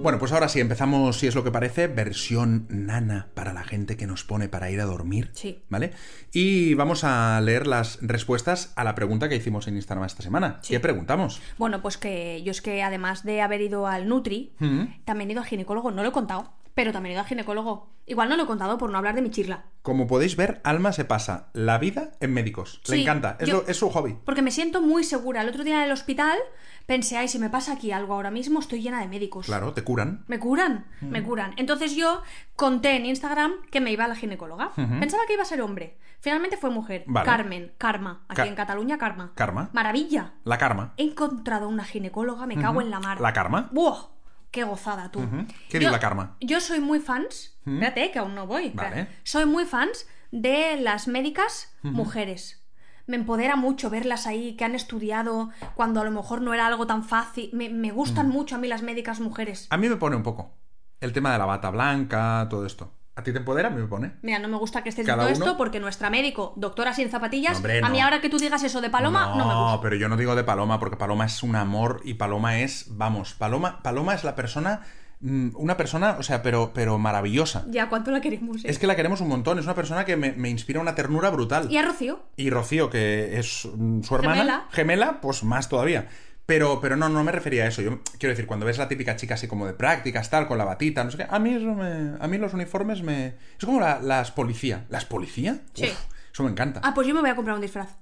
Bueno, pues ahora sí, empezamos, si es lo que parece, versión nana para la gente que nos pone para ir a dormir. Sí. ¿Vale? Y vamos a leer las respuestas a la pregunta que hicimos en Instagram esta semana. Sí. ¿Qué preguntamos? Bueno, pues que yo es que además de haber ido al Nutri, Mm. también he ido al ginecólogo. No lo he contado, pero también he ido al ginecólogo. Igual no lo he contado por no hablar de mi chirla. Como podéis ver, Alma se pasa la vida en médicos. Le Sí, encanta, es, yo- lo- es su hobby. Porque me siento muy segura. El otro día en el hospital pensé, ay, si me pasa aquí algo ahora mismo, estoy llena de médicos. Claro, te curan. Me curan, Mm. me curan. Entonces yo conté en Instagram que me iba a la ginecóloga. Pensaba que iba a ser hombre. Finalmente fue mujer. Vale. Carmen, Karma. Aquí Ca- en Cataluña, Karma. Karma. Maravilla. La karma. He encontrado una ginecóloga, me cago en la mar. La karma. ¡Buah! ¡Qué gozada tú! ¿Qué Yo- diu la Karma? Yo soy muy fans. Espérate, que aún no voy. Vale. Espera. Soy muy fans de las médicas mujeres. Me empodera mucho verlas ahí que han estudiado cuando a lo mejor no era algo tan fácil. Me, me gustan mucho a mí las médicas mujeres. A mí me pone un poco el tema de la bata blanca, todo esto. ¿A ti te empodera? A mí me pone. Mira, no me gusta que estés Cada diciendo uno- esto porque nuestra médico, doctora sin zapatillas, No, hombre, a mí no. ahora que tú digas eso de paloma, no, me gusta. pero yo no digo de Paloma, porque Paloma es un amor y Paloma es, vamos, Paloma, Paloma es la persona, mm, una persona, o sea, pero, pero maravillosa. Ya, ¿cuánto la queremos? eh? Es que la queremos un montón, es una persona que me, me inspira una ternura brutal. Y a Rocío. Y Rocío, que es mm, su hermana, Gemela. pues más todavía. Pero, pero no, no me refería a eso. Yo quiero decir, cuando ves la típica chica así como de prácticas, tal, con la batita, no sé qué, a mí eso me- a mí los uniformes me. Es como la- las policía. ¿Las policía? Sí. Uf, eso me encanta. Ah, pues yo me voy a comprar un disfraz.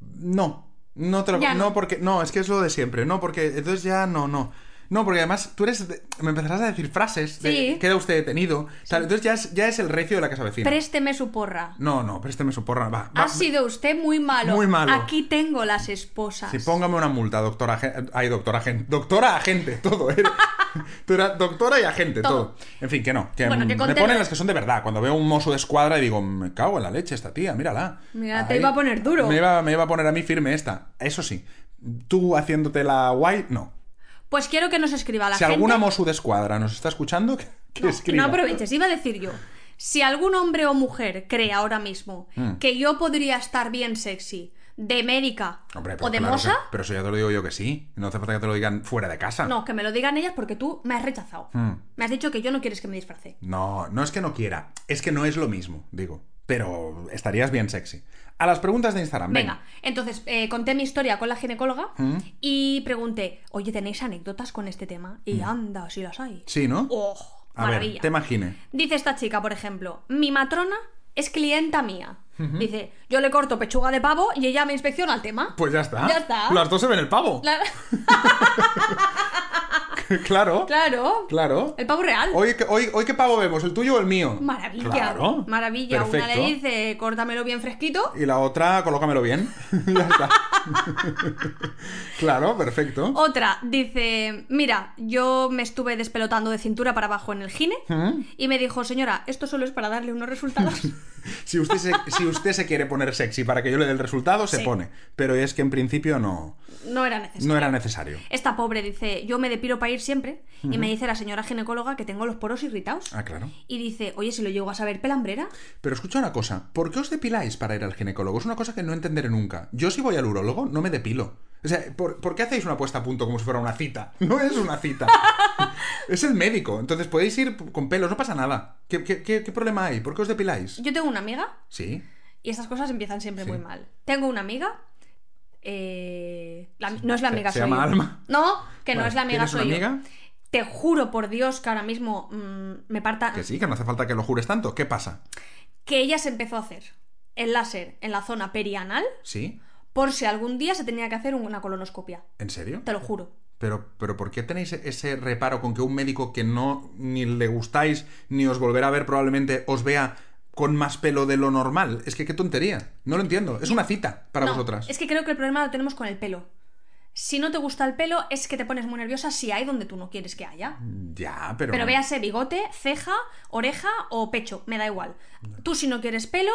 No, no te lo- Ya no. no. porque no, es que es lo de siempre, no porque entonces ya no, no. No, porque además tú eres de- me empezarás a decir frases de Sí. queda usted detenido, tal, entonces ya es, ya es el recio de la casa vecina. Présteme su porra. No, no, présteme su porra, va. va Ha sido usted muy malo. Muy malo. Aquí tengo las esposas. Sí, póngame una multa, doctora. agen- Ay, doctora agente. Doctora agente, todo. Era, tú eras doctora y agente, todo. Todo. En fin, que no. Que Bueno, que me conté- ponen las que son de verdad. Cuando veo un mozo de escuadra y digo, me cago en la leche esta tía, mírala. Mira, te iba a poner duro. Me iba, me iba a poner a mí firme esta. Eso sí. Tú haciéndote la guay, no. Pues quiero que nos escriba la si gente. alguna mozo de escuadra nos está escuchando, que, que No, escriba. No aproveches, iba a decir yo. Si algún hombre o mujer cree ahora mismo Mm. que yo podría estar bien sexy de médica Hombre, pues o de claro, moza, eso- pero eso ya te lo digo yo que sí. No hace falta que te lo digan fuera de casa. no, que me lo digan ellas porque tú me has rechazado. Mm. Me has dicho que yo no quieres que me disfrace. No, no es que no quiera, es que no es lo mismo, digo. Pero estarías bien sexy. A las preguntas de Instagram, venga. ¿Mm? Venga, entonces eh, conté mi historia con la ginecóloga y pregunté, oye, ¿tenéis anécdotas con este tema? Y anda, si las hay. Sí, ¿no? ¡Oh! Mm. A Maravilla. ver, te imagine. Dice esta chica, por ejemplo, mi matrona es clienta mía. Dice, yo le corto pechuga de pavo y ella me inspecciona el tema. Pues ya está. Ya está. Las dos se ven el pavo. Claro, claro. claro, Claro. el pavo real. Hoy, que- hoy, hoy qué pavo vemos, el tuyo o el mío. Maravilla, Claro. maravilla. Una Perfecto. le dice, córtamelo bien fresquito. Y la otra, colócamelo bien. ya está. claro, perfecto. Otra dice, mira, yo me estuve despelotando de cintura para abajo en el gine ¿Eh? y me dijo, señora, esto solo es para darle unos resultados. Si usted, se, si usted se quiere poner sexy para que yo le dé el resultado, se Sí. pone. Pero es que en principio no, No era necesario. no era necesario. Esta pobre dice, yo me depiro para ir siempre y me dice la señora ginecóloga que tengo los poros irritados. Ah, claro. Y dice, oye, si lo llego a saber, pelambrera. Pero escucha una cosa, ¿por qué os depiláis para ir al ginecólogo? Es una cosa que no entenderé nunca. Yo si voy al urólogo no me depilo. O sea, ¿por, por qué hacéis una puesta a punto como si fuera una cita? No es una cita. es el médico. Entonces podéis ir con pelos, no pasa nada. ¿Qué, qué- qué- qué problema hay? ¿Por qué os depiláis? Yo tengo una amiga, Sí. y estas cosas empiezan siempre Sí. muy mal. Tengo una amiga, eh, la- no es la Se- amiga se soy llama yo. Alma. No, que no Bueno, es la amiga ¿tienes una soy yo. amiga? Te juro por Dios que ahora mismo mm, me parta Que sí, que no hace falta que lo jures tanto. ¿Qué pasa? que ella se empezó a hacer el láser en la zona perianal ¿Sí? por si algún día se tenía que hacer una colonoscopia. ¿En serio? Te lo juro. Pero, pero ¿por qué tenéis ese reparo con que un médico que no ni le gustáis ni os volverá a ver probablemente os vea con más pelo de lo normal? Es que qué tontería. No lo entiendo. Es una cita para No, vosotras. Es que creo que el problema lo tenemos con el pelo. Si no te gusta el pelo, es que te pones muy nerviosa si hay donde tú no quieres que haya. Ya, pero. Pero véase bigote, ceja, oreja o pecho, me da igual. Tú si no quieres pelo,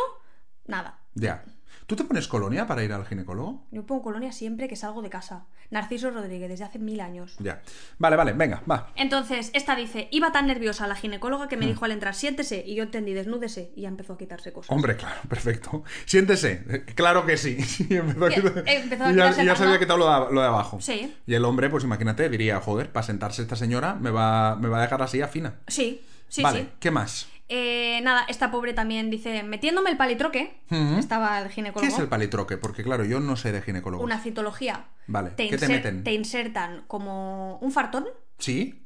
nada. Ya. ¿Tú te pones colonia para ir al ginecólogo? Yo pongo colonia siempre que salgo de casa. Narciso Rodríguez, desde hace mil años. Ya. Vale, vale, venga, va. Entonces, esta dice, iba tan nerviosa la ginecóloga Hmm. que me dijo al entrar, siéntese, y yo entendí, desnúdese, y ya empezó a quitarse cosas. Hombre, claro, perfecto. Siéntese. Eh, Claro que sí. Y empezó a Que- quitar- eh, empezó a y ya, quitarse y ya el se había tanga. quitado lo de, a- lo de abajo. Sí. Y el hombre, pues imagínate, diría, joder, para sentarse esta señora me va, me va a dejar así a fina. Sí, sí, vale, sí. ¿qué más? Eh, nada, esta pobre también dice, metiéndome el palitroque, Ujú. estaba el ¿Qué ginecólogo. es el palitroque? Porque claro, yo no sé de ginecólogo. Una citología. Vale, ¿qué te inser- meten? te insertan como un fartón. Sí,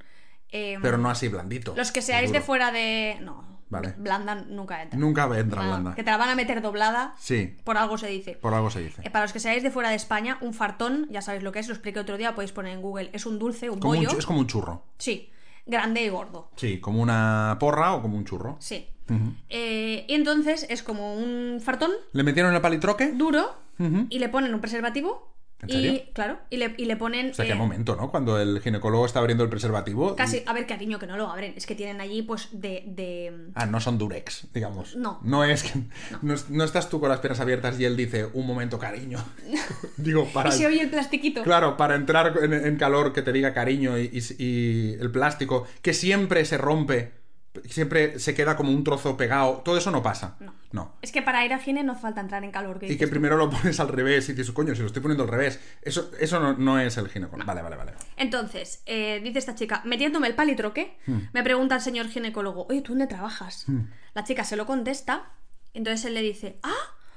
eh, pero no así blandito. Los que seáis de duro. fuera de... No, Vale. blanda nunca entra. Nunca entra Ah, blanda. Que te la van a meter doblada, Sí, por algo se dice. por algo se dice. Eh, Para los que seáis de fuera de España, un fartón, ya sabéis lo que es, lo expliqué otro día, podéis poner en Google. Es un dulce, un Como un bollo. chu- es como un churro. Sí, grande y gordo. Sí, como una porra o como un churro. Sí. Ujú. Eh, y entonces es como un fartón ¿Le metieron el palitroque? duro Ujú. y le ponen un preservativo. ¿En y, serio? Claro, y le, y le ponen. O sea, qué eh, momento, ¿no? Cuando el ginecólogo está abriendo el preservativo. y- casi, a ver, cariño, que no lo abren. Es que tienen allí, pues, de. de- Ah, no son durex, digamos. No. No es que. No, es- no estás tú con las piernas abiertas y él dice, un momento, cariño. Digo, para. Y se oye el plastiquito. Claro, para entrar en, en calor que te diga cariño y, y- y el plástico, que siempre se rompe, siempre se queda como un trozo pegado. Todo eso no pasa. No. no. Es que para ir a gine no hace falta entrar en calor. que Y que dices. primero lo pones al revés y dices, coño, si lo estoy poniendo al revés. Eso, eso no, no es el ginecólogo. Vale, vale, vale. Entonces, eh, dice esta chica, metiéndome el palitroque, Mm. me pregunta el señor ginecólogo, oye, ¿tú dónde trabajas? La chica se lo contesta, entonces él le dice, ah,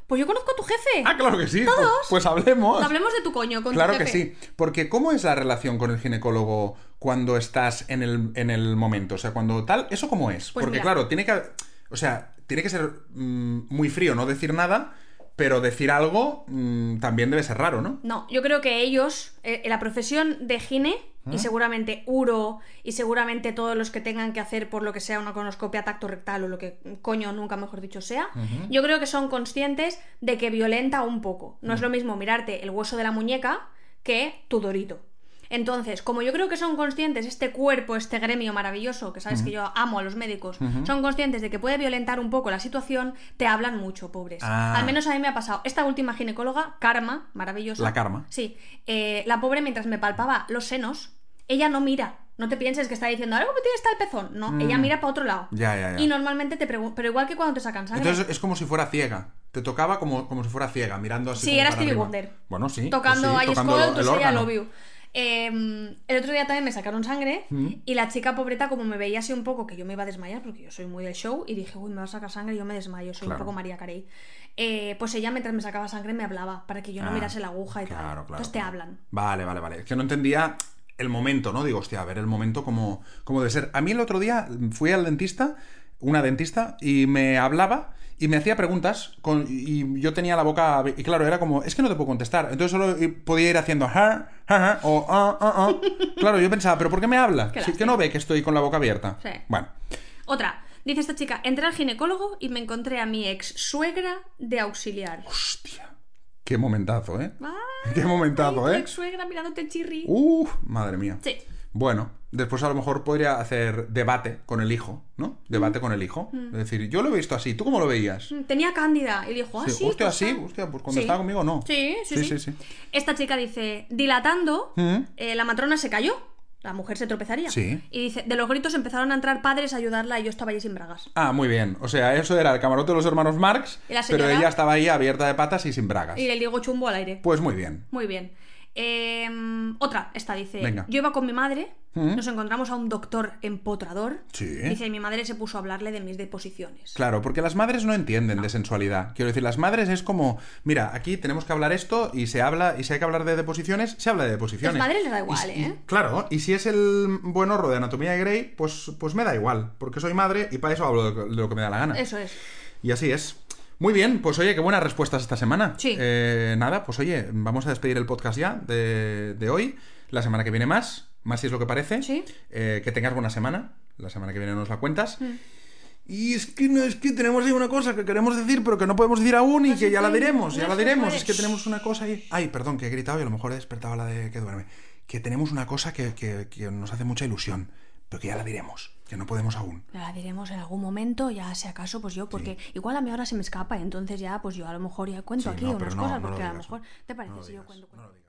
pues yo conozco a tu jefe. Ah, claro que sí. Pues, pues hablemos. Hablemos de tu coño con tu Claro que jefe". sí. Porque ¿cómo es la relación con el ginecólogo cuando estás en el, en el momento? O sea, cuando tal, ¿eso cómo es? Pues Porque mira. claro, tiene que... ha- O sea, tiene que ser mm, muy frío no decir nada, pero decir algo mm, también debe ser raro, ¿no? No, yo creo que ellos, eh, la profesión de gine, y seguramente uro, y seguramente todos los que tengan que hacer por lo que sea una conoscopia tacto rectal o lo que coño nunca mejor dicho sea, yo creo que son conscientes de que violenta un poco. No es lo mismo mirarte el hueso de la muñeca que tu dorito. Entonces, como yo creo que son conscientes, este cuerpo, este gremio maravilloso, que sabes que yo amo a los médicos, son conscientes de que puede violentar un poco la situación, te hablan mucho, pobres. Ah. Al menos a mí me ha pasado. Esta última ginecóloga, Karma, maravillosa. La Karma. Sí. Eh, la pobre, mientras me palpaba los senos, ella no mira. No te pienses que está diciendo algo que tiene está el pezón. No, ella mira para otro lado. Mm. Ya, ya, ya. Y normalmente te pregunto, pero igual que cuando te sacan sangre, Entonces es como si fuera ciega. Te tocaba como, como si fuera ciega, mirando así. Sí, como era para Stevie arriba. Wonder. Bueno, sí. tocando pues ahí sí, tocando el ella órgano. lo vio. Em, el otro día también me sacaron sangre Mm. y la chica pobreta, como me veía así un poco, que yo me iba a desmayar porque yo soy muy del show, y dije, uy, me va a sacar sangre y yo me desmayo, soy Claro. un poco María Carey. Eh, pues ella, mientras me sacaba sangre, me hablaba para que yo no Ah, mirase la aguja y tal. Claro, claro. Entonces te claro. hablan. Vale, vale, vale. Es que no entendía el momento, ¿no? Digo, hostia, a ver el momento como, como debe ser. A mí el otro día fui al dentista, una dentista, y me hablaba y me hacía preguntas con- y yo tenía la boca... Y claro, era como, es que no te puedo contestar. Entonces solo podía ir haciendo... "Ja, ja, ja", o... "Ah, ah, ah". Claro, yo pensaba, pero ¿por qué me habla? Qué Si es que no ve que estoy con la boca abierta. Sí. Bueno, Otra. Dice esta chica, entré al ginecólogo y me encontré a mi ex suegra de auxiliar. hostia. Qué momentazo, ¿eh? Ah, Qué momentazo, tu ¿eh? Uh. ex suegra mirándote el chirri. Uf, madre mía. Sí. Bueno, después a lo mejor podría hacer debate con el hijo, ¿no? Mm. Debate con el hijo. Es decir, yo lo he visto así, ¿tú cómo lo veías? Tenía cándida y dijo, ah, sí. Sí, hostia, pues así, tal. hostia, pues cuando Sí. estaba conmigo no. Sí sí sí, sí, sí. Esta chica dice, dilatando, Ujú. eh, la matrona se cayó. La mujer se tropezaría. Sí. Y dice, de los gritos empezaron a entrar padres a ayudarla y yo estaba allí sin bragas. Ah, muy bien. O sea, eso era el camarote de los hermanos Marx, ¿Y la señora? pero ella estaba ahí abierta de patas y sin bragas. Y el Diego chumbo al aire. Pues muy bien. Muy bien. Eh, otra, esta dice, Venga. yo iba con mi madre, Ujú. nos encontramos a un doctor empotrador. Sí. Dice, y mi madre se puso a hablarle de mis deposiciones. Claro, porque las madres no entienden de sensualidad. Quiero decir, las madres es como, mira, aquí tenemos que hablar esto y se habla, y si hay que hablar de deposiciones, se habla de deposiciones. Las madres les da Y igual, si- y- ¿eh? claro, y si es el buen horror de Anatomía de Grey, pues, pues me da igual, porque soy madre y para eso hablo de lo que- de lo que me da la gana. Eso es. Y así es. Muy bien, pues oye, qué buenas respuestas esta semana. Sí. Eh, nada, pues oye, vamos a despedir el podcast ya de, de hoy. La semana que viene más, más si es lo que parece. Sí. Eh, que tengas buena semana. La semana que viene nos la cuentas. Mm. Y es que no, es que tenemos ahí una cosa que queremos decir, pero que no podemos decir aún y No que se ya la puede, diremos, ya Pues no pues. la se diremos. puede. Es que tenemos una cosa ahí. Ay, perdón, que he gritado y a lo mejor he despertado a la de que duerme. Que tenemos una cosa que, que- que nos hace mucha ilusión, pero que ya la diremos. Que no podemos aún. La diremos en algún momento, ya si acaso, pues yo, porque igual a mí ahora se me escapa, entonces ya, pues yo a lo mejor ya cuento Sí, aquí no, pero unas no, cosas, no lo porque a lo digas. mejor, ¿te parece No lo si yo digas, cuento? no lo digas.